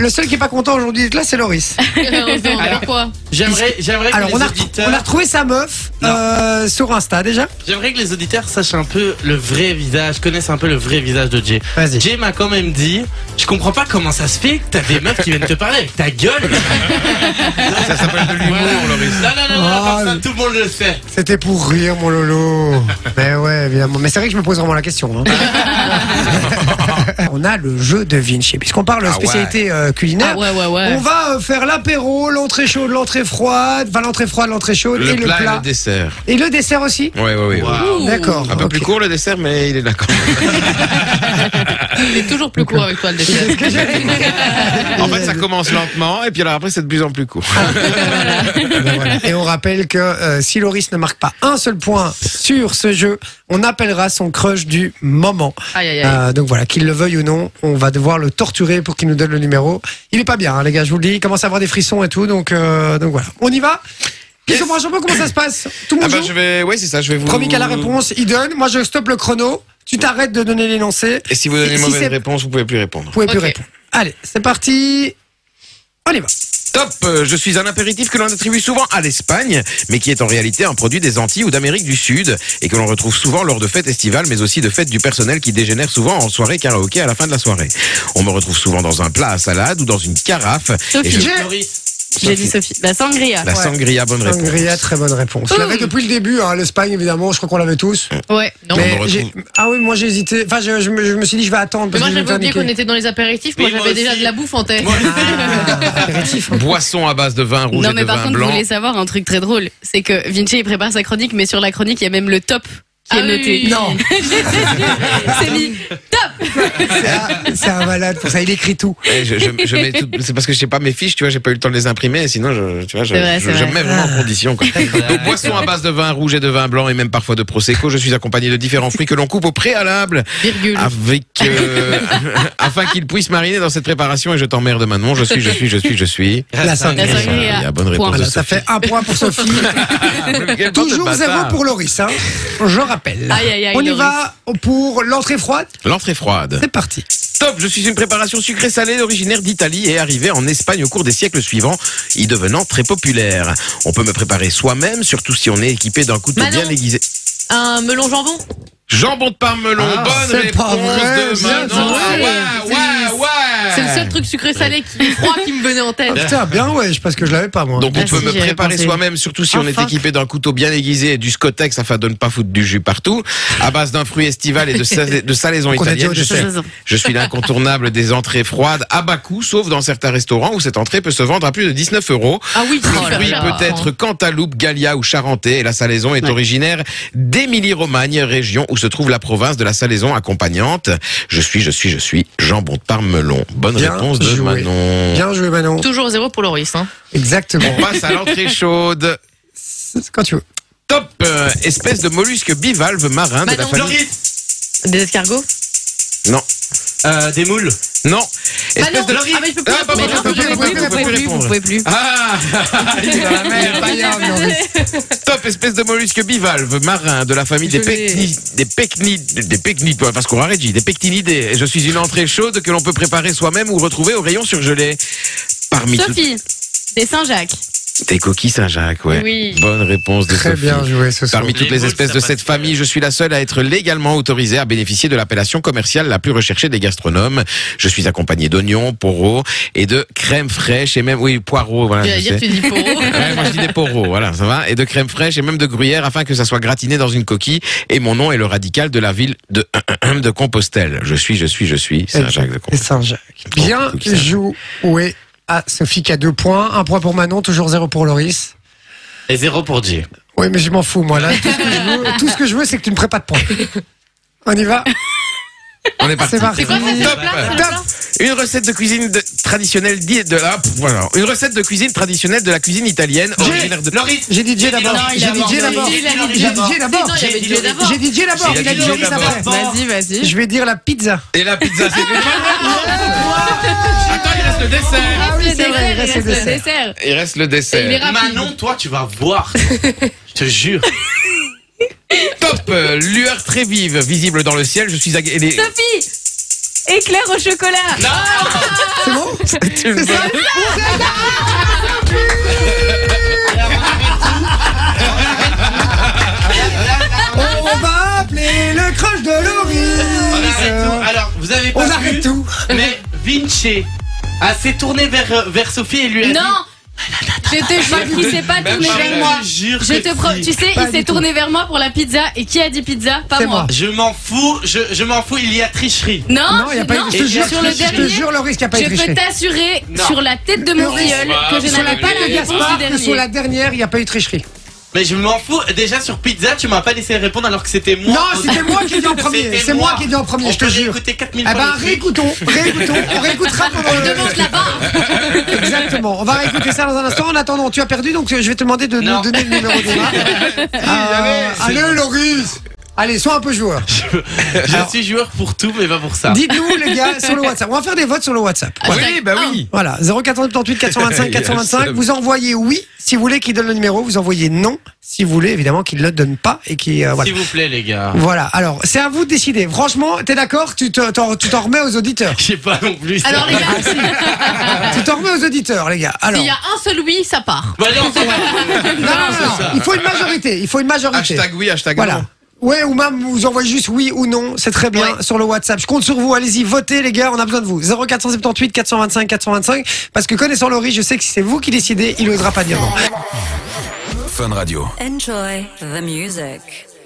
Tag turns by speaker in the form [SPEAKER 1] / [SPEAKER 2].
[SPEAKER 1] Le seul qui est pas content aujourd'hui d'être là, c'est Loris.
[SPEAKER 2] Alors, quoi
[SPEAKER 3] J'aimerais, j'aimerais que
[SPEAKER 1] Alors,
[SPEAKER 3] les
[SPEAKER 1] on a,
[SPEAKER 3] auditeurs,
[SPEAKER 1] on a retrouvé sa meuf
[SPEAKER 3] Non.
[SPEAKER 1] euh, sur Insta déjà.
[SPEAKER 3] j'aimerais que les auditeurs sachent un peu le vrai visage, connaissent un peu le vrai visage de Jay.
[SPEAKER 1] Vas-y.
[SPEAKER 3] Jay m'a quand même dit, je comprends pas comment ça se fait que t'as des meufs qui viennent te parler avec ta gueule.
[SPEAKER 4] Ça s'appelle de l'humour, Loris.
[SPEAKER 3] Non, non, non, non, à part
[SPEAKER 1] Oh,
[SPEAKER 3] ça,
[SPEAKER 1] mais-
[SPEAKER 3] tout le monde le sait.
[SPEAKER 1] C'était pour rire, mon Lolo. Mais ouais, évidemment. Mais c'est vrai que je me pose vraiment la question. hein. on a le jeu de Vinci. Puisqu'on parle
[SPEAKER 4] Ah ouais.
[SPEAKER 1] spécialité euh, culinaire,
[SPEAKER 2] Ah ouais, ouais,
[SPEAKER 1] on
[SPEAKER 2] ouais.
[SPEAKER 1] va euh, faire l'apéro, l'entrée chaude, l'entrée froide, enfin l'entrée froide, l'entrée chaude
[SPEAKER 4] Le
[SPEAKER 1] et
[SPEAKER 4] plat
[SPEAKER 1] le
[SPEAKER 4] et
[SPEAKER 1] plat.
[SPEAKER 4] le dessert.
[SPEAKER 1] Et le dessert aussi
[SPEAKER 4] Ouais, ouais, ouais. ouais.
[SPEAKER 3] Waouh.
[SPEAKER 2] Ouh,
[SPEAKER 1] D'accord.
[SPEAKER 4] Un peu
[SPEAKER 1] ok.
[SPEAKER 4] plus court le dessert, mais il est là quand même.
[SPEAKER 2] Il est toujours plus court avec toi, le dessert.
[SPEAKER 4] En fait, ça commence lentement, et puis alors après, c'est de plus en plus court.
[SPEAKER 1] Ah, Ben voilà. Et on rappelle que euh, si Loris ne marque pas un seul point sur ce jeu, on appellera son crush du moment.
[SPEAKER 2] Aïe, aïe, aïe.
[SPEAKER 1] Euh, donc voilà, qu'il le veuille ou non, on va devoir le torturer pour qu'il nous donne le numéro. Il est pas bien, hein, les gars, je vous le dis. Il commence à avoir des frissons et tout. Donc, euh, donc voilà, on y va. Question pour un champion, comment ça se passe Tout le
[SPEAKER 4] Ah
[SPEAKER 1] monde
[SPEAKER 4] bah,
[SPEAKER 1] joue
[SPEAKER 4] je vais. Ouais, c'est ça, je vais vous.
[SPEAKER 1] Promis qu'à la réponse, il donne. Moi, je stoppe le chrono. Tu t'arrêtes de donner l'énoncé.
[SPEAKER 4] Et si vous donnez
[SPEAKER 1] Si
[SPEAKER 4] mauvaise
[SPEAKER 1] c'est-
[SPEAKER 4] réponse, vous pouvez plus répondre.
[SPEAKER 1] Vous pouvez plus
[SPEAKER 2] Ok.
[SPEAKER 1] répondre. Allez, c'est parti. On y va.
[SPEAKER 4] Top euh, Je suis un apéritif que l'on attribue souvent à l'Espagne, mais qui est en réalité un produit des Antilles ou d'Amérique du Sud, et que l'on retrouve souvent lors de fêtes estivales, mais aussi de fêtes du personnel qui dégénère souvent en soirée karaoké à la fin de la soirée. On me retrouve souvent dans un plat à salade ou dans une carafe.
[SPEAKER 2] Sophie.
[SPEAKER 4] et je-
[SPEAKER 2] J'ai-
[SPEAKER 3] Loris,
[SPEAKER 2] J'ai dit Sophie. La sangria.
[SPEAKER 4] La
[SPEAKER 1] Ouais.
[SPEAKER 4] sangria, bonne réponse.
[SPEAKER 1] Sangria, très bonne réponse. Je l'avais
[SPEAKER 2] Hum.
[SPEAKER 1] depuis le début, hein, l'Espagne évidemment, je crois qu'on l'avait tous.
[SPEAKER 2] Ouais, non.
[SPEAKER 4] Mais-
[SPEAKER 1] Et
[SPEAKER 4] On
[SPEAKER 1] j'ai- Ah oui, moi j'ai hésité. Enfin, je, je me, je me suis dit, je vais attendre.
[SPEAKER 2] Mais
[SPEAKER 1] Parce
[SPEAKER 2] moi,
[SPEAKER 1] que je vais
[SPEAKER 2] j'avais oublié
[SPEAKER 1] me faire
[SPEAKER 2] qu'on était dans les apéritifs. Moi,
[SPEAKER 3] Oui, moi
[SPEAKER 2] j'avais déjà
[SPEAKER 3] aussi.
[SPEAKER 2] de la bouffe en tête.
[SPEAKER 3] moi,
[SPEAKER 1] niquer. Ah, apéritif.
[SPEAKER 4] Boisson à base de vin rouge
[SPEAKER 5] Non,
[SPEAKER 4] et
[SPEAKER 5] mais
[SPEAKER 4] de
[SPEAKER 5] par
[SPEAKER 4] vin
[SPEAKER 5] contre,
[SPEAKER 4] blanc.
[SPEAKER 5] vous voulez savoir un truc très drôle C'est que Vinci, il prépare sa chronique, mais sur la chronique, il y a même le top qui
[SPEAKER 2] Ah
[SPEAKER 5] est noté.
[SPEAKER 2] oui.
[SPEAKER 1] Non,
[SPEAKER 5] C'est mis.
[SPEAKER 1] c'est un- c'est un malade pour ça, il écrit tout.
[SPEAKER 4] Eh, je- je- je mets tout- C'est parce que je sais pas mes fiches, tu vois, j'ai pas eu le temps de les imprimer. Sinon, je, tu vois, je,
[SPEAKER 5] C'est vrai,
[SPEAKER 4] je-
[SPEAKER 5] c'est
[SPEAKER 4] je
[SPEAKER 5] vrai.
[SPEAKER 4] mets vraiment en condition. quoi. Donc, boisson à base de vin rouge et de vin blanc et même parfois de prosecco. Je suis accompagné de différents fruits que l'on coupe au préalable
[SPEAKER 2] Virgule.
[SPEAKER 4] avec euh, afin qu'ils puissent mariner dans cette préparation. Et je t'emmerde, Manon. Je suis, je suis, je suis, je suis. Ah,
[SPEAKER 1] La sangria.
[SPEAKER 5] La sangria.
[SPEAKER 4] bonne réponse.
[SPEAKER 5] Point.
[SPEAKER 4] de
[SPEAKER 1] Voilà, ça fait un point pour Sophie.
[SPEAKER 4] Sophie. Quelle bande de
[SPEAKER 1] Toujours zéro
[SPEAKER 4] bâtards.
[SPEAKER 1] pour Loris, hein. je rappelle.
[SPEAKER 5] Aïe, aïe, aïe,
[SPEAKER 1] On y
[SPEAKER 5] Loris.
[SPEAKER 1] va pour l'entrée froide.
[SPEAKER 4] L'entrée froide.
[SPEAKER 1] C'est parti.
[SPEAKER 4] Top, je suis une préparation sucrée-salée originaire d'Italie et arrivée en Espagne au cours des siècles suivants, y devenant très populaire. On peut me préparer soi-même, surtout si on est équipé d'un couteau
[SPEAKER 2] Manon.
[SPEAKER 4] bien aiguisé.
[SPEAKER 2] Un melon jambon.
[SPEAKER 4] Jambon de parmelon,
[SPEAKER 1] Ah,
[SPEAKER 4] bonne
[SPEAKER 1] c'est pas
[SPEAKER 4] réponse
[SPEAKER 1] vrai,
[SPEAKER 4] de
[SPEAKER 1] bien
[SPEAKER 4] Manon.
[SPEAKER 2] joué.
[SPEAKER 4] Ah ouais, ouais, ouais.
[SPEAKER 2] C'est le seul truc sucré-salé qui froid qui me venait en tête.
[SPEAKER 1] Putain, bien ouais, je- parce que je l'avais pas moi.
[SPEAKER 4] Donc on
[SPEAKER 5] Ah,
[SPEAKER 4] peut
[SPEAKER 5] si,
[SPEAKER 4] me
[SPEAKER 5] j'y avais
[SPEAKER 4] préparer
[SPEAKER 5] pensé.
[SPEAKER 4] soi-même, surtout si on est
[SPEAKER 2] Enfin.
[SPEAKER 4] équipé d'un couteau bien aiguisé et du scotex afin de ne pas foutre du jus partout, à base d'un fruit estival et de, sa- de salaison
[SPEAKER 1] Qu'on a dit
[SPEAKER 4] italienne.
[SPEAKER 1] au
[SPEAKER 4] Je
[SPEAKER 1] dessert.
[SPEAKER 4] suis, je suis l'incontournable des entrées froides à bas coût, sauf dans certains restaurants où cette entrée peut se vendre à plus de 19 euros.
[SPEAKER 2] Ah oui,
[SPEAKER 4] Le
[SPEAKER 2] oh là
[SPEAKER 4] fruit
[SPEAKER 2] là.
[SPEAKER 4] peut être Cantaloupe, Gallia ou Charentais et la Salaison est originaire d'Émilie-Romagne, région où se trouve la province de la Salaison accompagnante. Je suis, je suis, je suis jambon de parmelon. Bonne
[SPEAKER 1] Bien
[SPEAKER 4] réponse de
[SPEAKER 1] joué.
[SPEAKER 4] Manon.
[SPEAKER 1] Bien joué Manon.
[SPEAKER 2] Toujours zéro pour Loris. Hein.
[SPEAKER 1] Exactement.
[SPEAKER 4] On passe à l'entrée chaude.
[SPEAKER 1] C'est Quand tu veux.
[SPEAKER 4] Top euh, espèce de mollusque bivalve marin de la
[SPEAKER 2] Manon.
[SPEAKER 4] famille.
[SPEAKER 3] Loris,
[SPEAKER 2] Des escargots.
[SPEAKER 4] Non,
[SPEAKER 3] euh, des moules.
[SPEAKER 4] non. Espèce
[SPEAKER 2] Manon.
[SPEAKER 4] de
[SPEAKER 2] Ah, mais je peux plus
[SPEAKER 4] Ah, pardon,
[SPEAKER 2] répondre.
[SPEAKER 4] je peux
[SPEAKER 2] Mais
[SPEAKER 4] plus
[SPEAKER 2] non,
[SPEAKER 4] répondre,
[SPEAKER 2] je peux
[SPEAKER 4] je peux
[SPEAKER 2] plus,
[SPEAKER 4] plus
[SPEAKER 5] Vous
[SPEAKER 4] répondre.
[SPEAKER 5] pouvez plus.
[SPEAKER 4] Ah, il est dans la merde.
[SPEAKER 1] Incroyable, Loris.
[SPEAKER 4] Top espèce de mollusque bivalve marin de la famille des
[SPEAKER 2] Je l'ai.
[SPEAKER 4] pectinides, des pectinides, des pectinides, parce qu'on aurait dit, des pectinidés. Je suis une entrée chaude que l'on peut préparer soi-même ou retrouver au rayon surgelé. Parmi toutes
[SPEAKER 5] Sophie, des Saint-Jacques.
[SPEAKER 4] des coquilles Saint-Jacques, ouais.
[SPEAKER 2] Oui.
[SPEAKER 4] Bonne réponse de
[SPEAKER 1] Très
[SPEAKER 4] Sophie.
[SPEAKER 1] bien joué ce soir.
[SPEAKER 4] Parmi toutes
[SPEAKER 3] Les
[SPEAKER 4] les
[SPEAKER 3] boules,
[SPEAKER 4] espèces
[SPEAKER 3] ça
[SPEAKER 4] de
[SPEAKER 3] passe
[SPEAKER 4] cette
[SPEAKER 3] très
[SPEAKER 4] famille, je suis la seule à être légalement autorisée à bénéficier de l'appellation commerciale la plus recherchée des gastronomes. Je suis accompagné d'oignons, poros et de crème fraîche et même, oui, poireaux, voilà.
[SPEAKER 2] J'allais
[SPEAKER 4] je
[SPEAKER 2] dire,
[SPEAKER 4] sais.
[SPEAKER 2] tu dis pour.
[SPEAKER 4] Ouais, moi je dis des poros, voilà, ça va. Et de crème fraîche et même de gruyère afin que ça soit gratiné dans une coquille. Et mon nom est le radical de la ville de, de Compostelle. Je suis, je suis, je suis Saint-Jacques de
[SPEAKER 1] Et
[SPEAKER 4] Compostelle.
[SPEAKER 1] Saint-Jacques. Bien
[SPEAKER 4] Bon,
[SPEAKER 1] joué à Sophie qui a deux points. Un point pour Manon, toujours zéro pour Loris.
[SPEAKER 3] Et zéro pour Jay.
[SPEAKER 1] Oui, mais je m'en fous, moi. Là, tout ce que je veux, tout ce que je veux, c'est que tu me prépares de points. On y va
[SPEAKER 4] On est parti.
[SPEAKER 1] C'est
[SPEAKER 2] C'est
[SPEAKER 1] parti.
[SPEAKER 2] quoi ça, c'est le
[SPEAKER 4] Top.
[SPEAKER 2] plat, c'est le
[SPEAKER 4] Top.
[SPEAKER 2] plat
[SPEAKER 4] Une recette de cuisine de- traditionnelle di- de la, pff, voilà. Une recette de cuisine traditionnelle de la cuisine italienne originaire de
[SPEAKER 3] Loris,
[SPEAKER 1] J'ai DJ d'abord.
[SPEAKER 3] Non,
[SPEAKER 1] J'ai DJ d'abord.
[SPEAKER 2] Il a dit
[SPEAKER 1] J'ai DJ d'abord.
[SPEAKER 2] Non, il y avait
[SPEAKER 3] J'ai
[SPEAKER 2] Dieu d'abord.
[SPEAKER 1] J'ai DJ d'abord.
[SPEAKER 4] Il a
[SPEAKER 1] Il a dit
[SPEAKER 4] dit
[SPEAKER 1] Loris
[SPEAKER 4] d'abord.
[SPEAKER 1] après.
[SPEAKER 5] Vas-y, vas-y.
[SPEAKER 1] Je vais dire la pizza.
[SPEAKER 4] et la pizza. C'est
[SPEAKER 3] Ah,
[SPEAKER 4] Attends, il reste le dessert.
[SPEAKER 1] Ah oui,
[SPEAKER 5] Le
[SPEAKER 1] c'est vrai, c'est le
[SPEAKER 5] dessert, il reste le
[SPEAKER 1] dessert.
[SPEAKER 5] dessert.
[SPEAKER 4] Il reste
[SPEAKER 2] Il
[SPEAKER 4] le
[SPEAKER 2] est
[SPEAKER 4] dessert.
[SPEAKER 2] rapide.
[SPEAKER 3] Manon, toi, tu vas voir. Je te jure.
[SPEAKER 4] Top. euh, Lueur très vive, visible dans le ciel. Je suis agué- les-
[SPEAKER 5] Sophie, Éclair au chocolat.
[SPEAKER 1] C'est bon
[SPEAKER 4] Tu me
[SPEAKER 1] C'est ça On va appeler le crush de
[SPEAKER 3] On arrête tout.
[SPEAKER 1] Laurie.
[SPEAKER 3] Alors, vous avez pas
[SPEAKER 1] euh, On
[SPEAKER 3] vu,
[SPEAKER 1] arrête tout.
[SPEAKER 3] mais Vinci a s'est tourné vers, vers Sophie et lui a dit
[SPEAKER 5] Non. Je te jure qu'il s'est pas tourné
[SPEAKER 3] Je
[SPEAKER 5] vers
[SPEAKER 3] te
[SPEAKER 5] moi.
[SPEAKER 3] jure
[SPEAKER 5] Je
[SPEAKER 3] que
[SPEAKER 5] te pro-
[SPEAKER 3] si.
[SPEAKER 5] tu sais,
[SPEAKER 1] Pas
[SPEAKER 5] il s'est
[SPEAKER 1] du tout.
[SPEAKER 5] tourné vers moi pour la pizza. Et qui a dit pizza Pas
[SPEAKER 1] C'est
[SPEAKER 5] moi.
[SPEAKER 1] moi.
[SPEAKER 3] Je m'en fous, je, je m'en fous, il y a tricherie.
[SPEAKER 5] Non,
[SPEAKER 1] Ah, Non, il y a pas eu- je
[SPEAKER 5] non,
[SPEAKER 1] te jure,
[SPEAKER 5] sur le
[SPEAKER 1] je te
[SPEAKER 5] dernier,
[SPEAKER 1] jure, Laurie, qu'il n'y a pas eu
[SPEAKER 5] je
[SPEAKER 1] de
[SPEAKER 5] peux
[SPEAKER 1] tricherie.
[SPEAKER 5] t'assurer
[SPEAKER 3] Non.
[SPEAKER 5] sur la tête de mon
[SPEAKER 1] Laurie,
[SPEAKER 5] filleul
[SPEAKER 6] c'est
[SPEAKER 5] que
[SPEAKER 6] pas-
[SPEAKER 5] je
[SPEAKER 6] sur la
[SPEAKER 5] n'avais pas
[SPEAKER 6] tête de
[SPEAKER 5] la réponse
[SPEAKER 1] Gaspard,
[SPEAKER 5] du
[SPEAKER 1] que sur
[SPEAKER 5] dernier.
[SPEAKER 1] la dernière, il n'y a pas eu de tricherie.
[SPEAKER 3] Mais je m'en fous, déjà sur pizza, tu m'as pas laissé répondre alors que c'était moi.
[SPEAKER 1] Non, c'était moi qui ai dit en premier.
[SPEAKER 3] C'était
[SPEAKER 1] C'est moi qui ai dit en premier,
[SPEAKER 3] On
[SPEAKER 1] je te
[SPEAKER 3] peut
[SPEAKER 1] jure.
[SPEAKER 3] réécouter 4000
[SPEAKER 1] Eh
[SPEAKER 3] fois
[SPEAKER 1] ben,
[SPEAKER 3] le truc.
[SPEAKER 1] réécoutons, réécoutons, on réécoutera pendant
[SPEAKER 5] On demande
[SPEAKER 1] le...
[SPEAKER 5] la barre.
[SPEAKER 1] Exactement, on va réécouter ça dans un instant. En attendant, tu as perdu, donc euh, je vais te demander de nous
[SPEAKER 3] Non.
[SPEAKER 1] donner le numéro de marque. Euh,
[SPEAKER 3] c'est
[SPEAKER 1] Allez, Loris Allez, sois un peu joueur.
[SPEAKER 3] Je
[SPEAKER 1] Alors-
[SPEAKER 3] suis joueur pour tout, mais pas pour ça.
[SPEAKER 1] Dites-nous, les gars, sur le WhatsApp. On va faire des votes sur le WhatsApp.
[SPEAKER 4] Oui, bah oui.
[SPEAKER 1] Voilà, 0478 425 425.
[SPEAKER 4] Yes.
[SPEAKER 1] Vous envoyez oui si vous voulez qu'il donne le numéro, vous envoyez non si vous voulez évidemment qu'il ne le donne pas et qui euh, voilà.
[SPEAKER 3] S'il vous plaît, les gars.
[SPEAKER 1] Voilà, alors c'est à vous de décider. Franchement, t'es d'accord Tu te- t'en tu t'en remets aux auditeurs.
[SPEAKER 3] Je sais pas non plus. ça.
[SPEAKER 5] Alors les gars,
[SPEAKER 1] tu t'en remets aux auditeurs, les gars. Alors,
[SPEAKER 5] Ah, s'il y a un seul oui, ça part.
[SPEAKER 3] Bah non, c'est pas-
[SPEAKER 1] non, non, non, non, il faut une majorité. Il faut une majorité.
[SPEAKER 4] Hashtag oui, hashtag
[SPEAKER 1] Voilà.
[SPEAKER 4] non.
[SPEAKER 1] Ouais, ou même vous envoyez juste oui ou non, c'est très bien sur le WhatsApp. Je compte sur vous, allez-y, votez les gars, on a besoin de vous. 0478 425 425, parce que connaissant Laurie, je sais que si c'est vous qui décidez, il n'osera pas dire non.
[SPEAKER 7] Enjoy the music.